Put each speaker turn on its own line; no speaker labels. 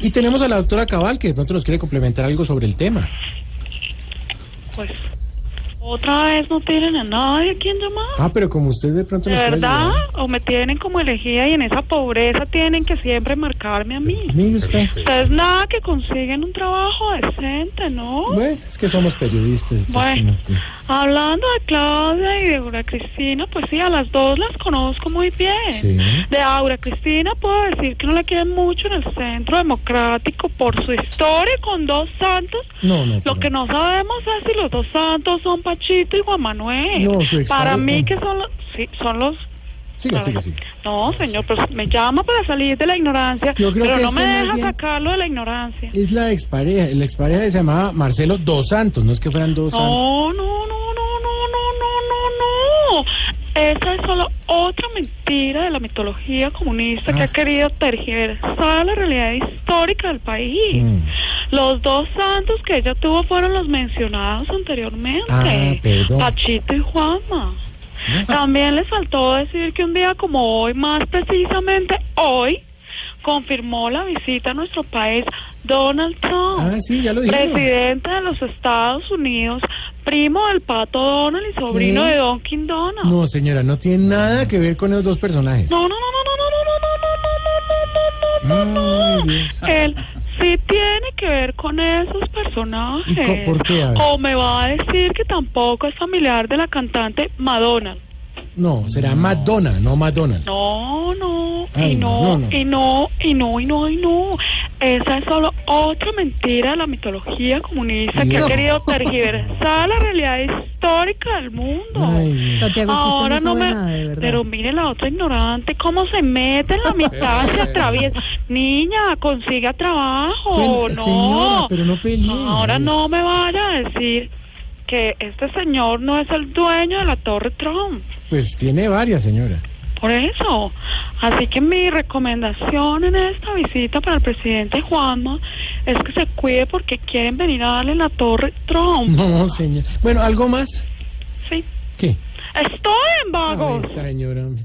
Y tenemos a la doctora Cabal, que de pronto nos quiere complementar algo sobre el tema.
Pues otra vez no tienen a nadie a quien llamar.
Ah, pero como usted de pronto
¿De
nos puede
verdad?
ayudar.
¿O me tienen como elegida y en esa pobreza tienen que siempre marcarme a mí?
Mire usted.
Ustedes nada que consiguen un trabajo decente, ¿no?
Bueno, es que somos periodistas. entonces,
Bueno,
como que-
hablando de Claudia y de Aura Cristina, pues sí, a las dos las conozco muy bien.
Sí.
De Aura Cristina puedo decir que no la quieren mucho en el Centro Democrático por su historia con dos santos.
No, no.
Lo
pero-
que no sabemos es si los dos santos son Pachito y Juan Manuel.
No, su ex-
Para mí
no.
que son los... Sí, son los
Siga, siga, siga.
No, señor, pero me llama para salir de la ignorancia,
Yo creo
pero
que
no
es
me
que más
deja
bien-
sacarlo de la ignorancia.
Es la expareja. La expareja se llamaba Marcelo Dos Santos. No es que fueran dos santos.
No, no, no, no, no, no, no, no. Esa es solo otra mentira de la mitología comunista que
Ah.
ha querido tergiversar la realidad histórica del país.
Mm.
Los dos santos que ella tuvo fueron los mencionados anteriormente,
Ah, perdón.
Pachito y Juanma. También les faltó decir que un día como hoy, más precisamente hoy, confirmó la visita a nuestro país Donald Trump.
Ah, sí, ya lo dijeron.
Presidente de los Estados Unidos, primo del pato Donald y sobrino
¿Qué?
de Don King Donald.
No, señora, no tiene nada que ver con esos dos personajes.
No, no, no, no, no, no, no, no, no, no, no, no, no,
Ay,
no,
Dios.
Él sí tiene que ver con esos
¿Y co-
personajes.
por qué? A ver.
O me va a decir que tampoco es familiar de la cantante Madonna.
No, será Madonna, no Madonna.
No, no,
Ay,
y
no, no,
no,
no.
y no, y no, y no, y no. Esa es solo otra mentira de la mitología comunista que
No.
ha querido tergiversar la realidad histórica del mundo.
Ay, Dios.
Santiago, es que usted
Ahora
no
no
sabe
me...
nada, de verdad.
Pero mire la otra ignorante, cómo se mete en la mitad, se atraviesa. Niña, consiga trabajo,
Bueno,
no.
señora, pero no pelee.
Ahora no me vaya a decir que este señor no es el dueño de la Torre Trump.
Pues tiene varias, señora.
Por eso. Así que mi recomendación en esta visita para el presidente Juanma es que se cuide porque quieren venir a darle la torre Trump.
No, señora. Bueno, ¿algo más?
Sí.
¿Qué?
Estoy en
Ah,
vagos.
esta señora.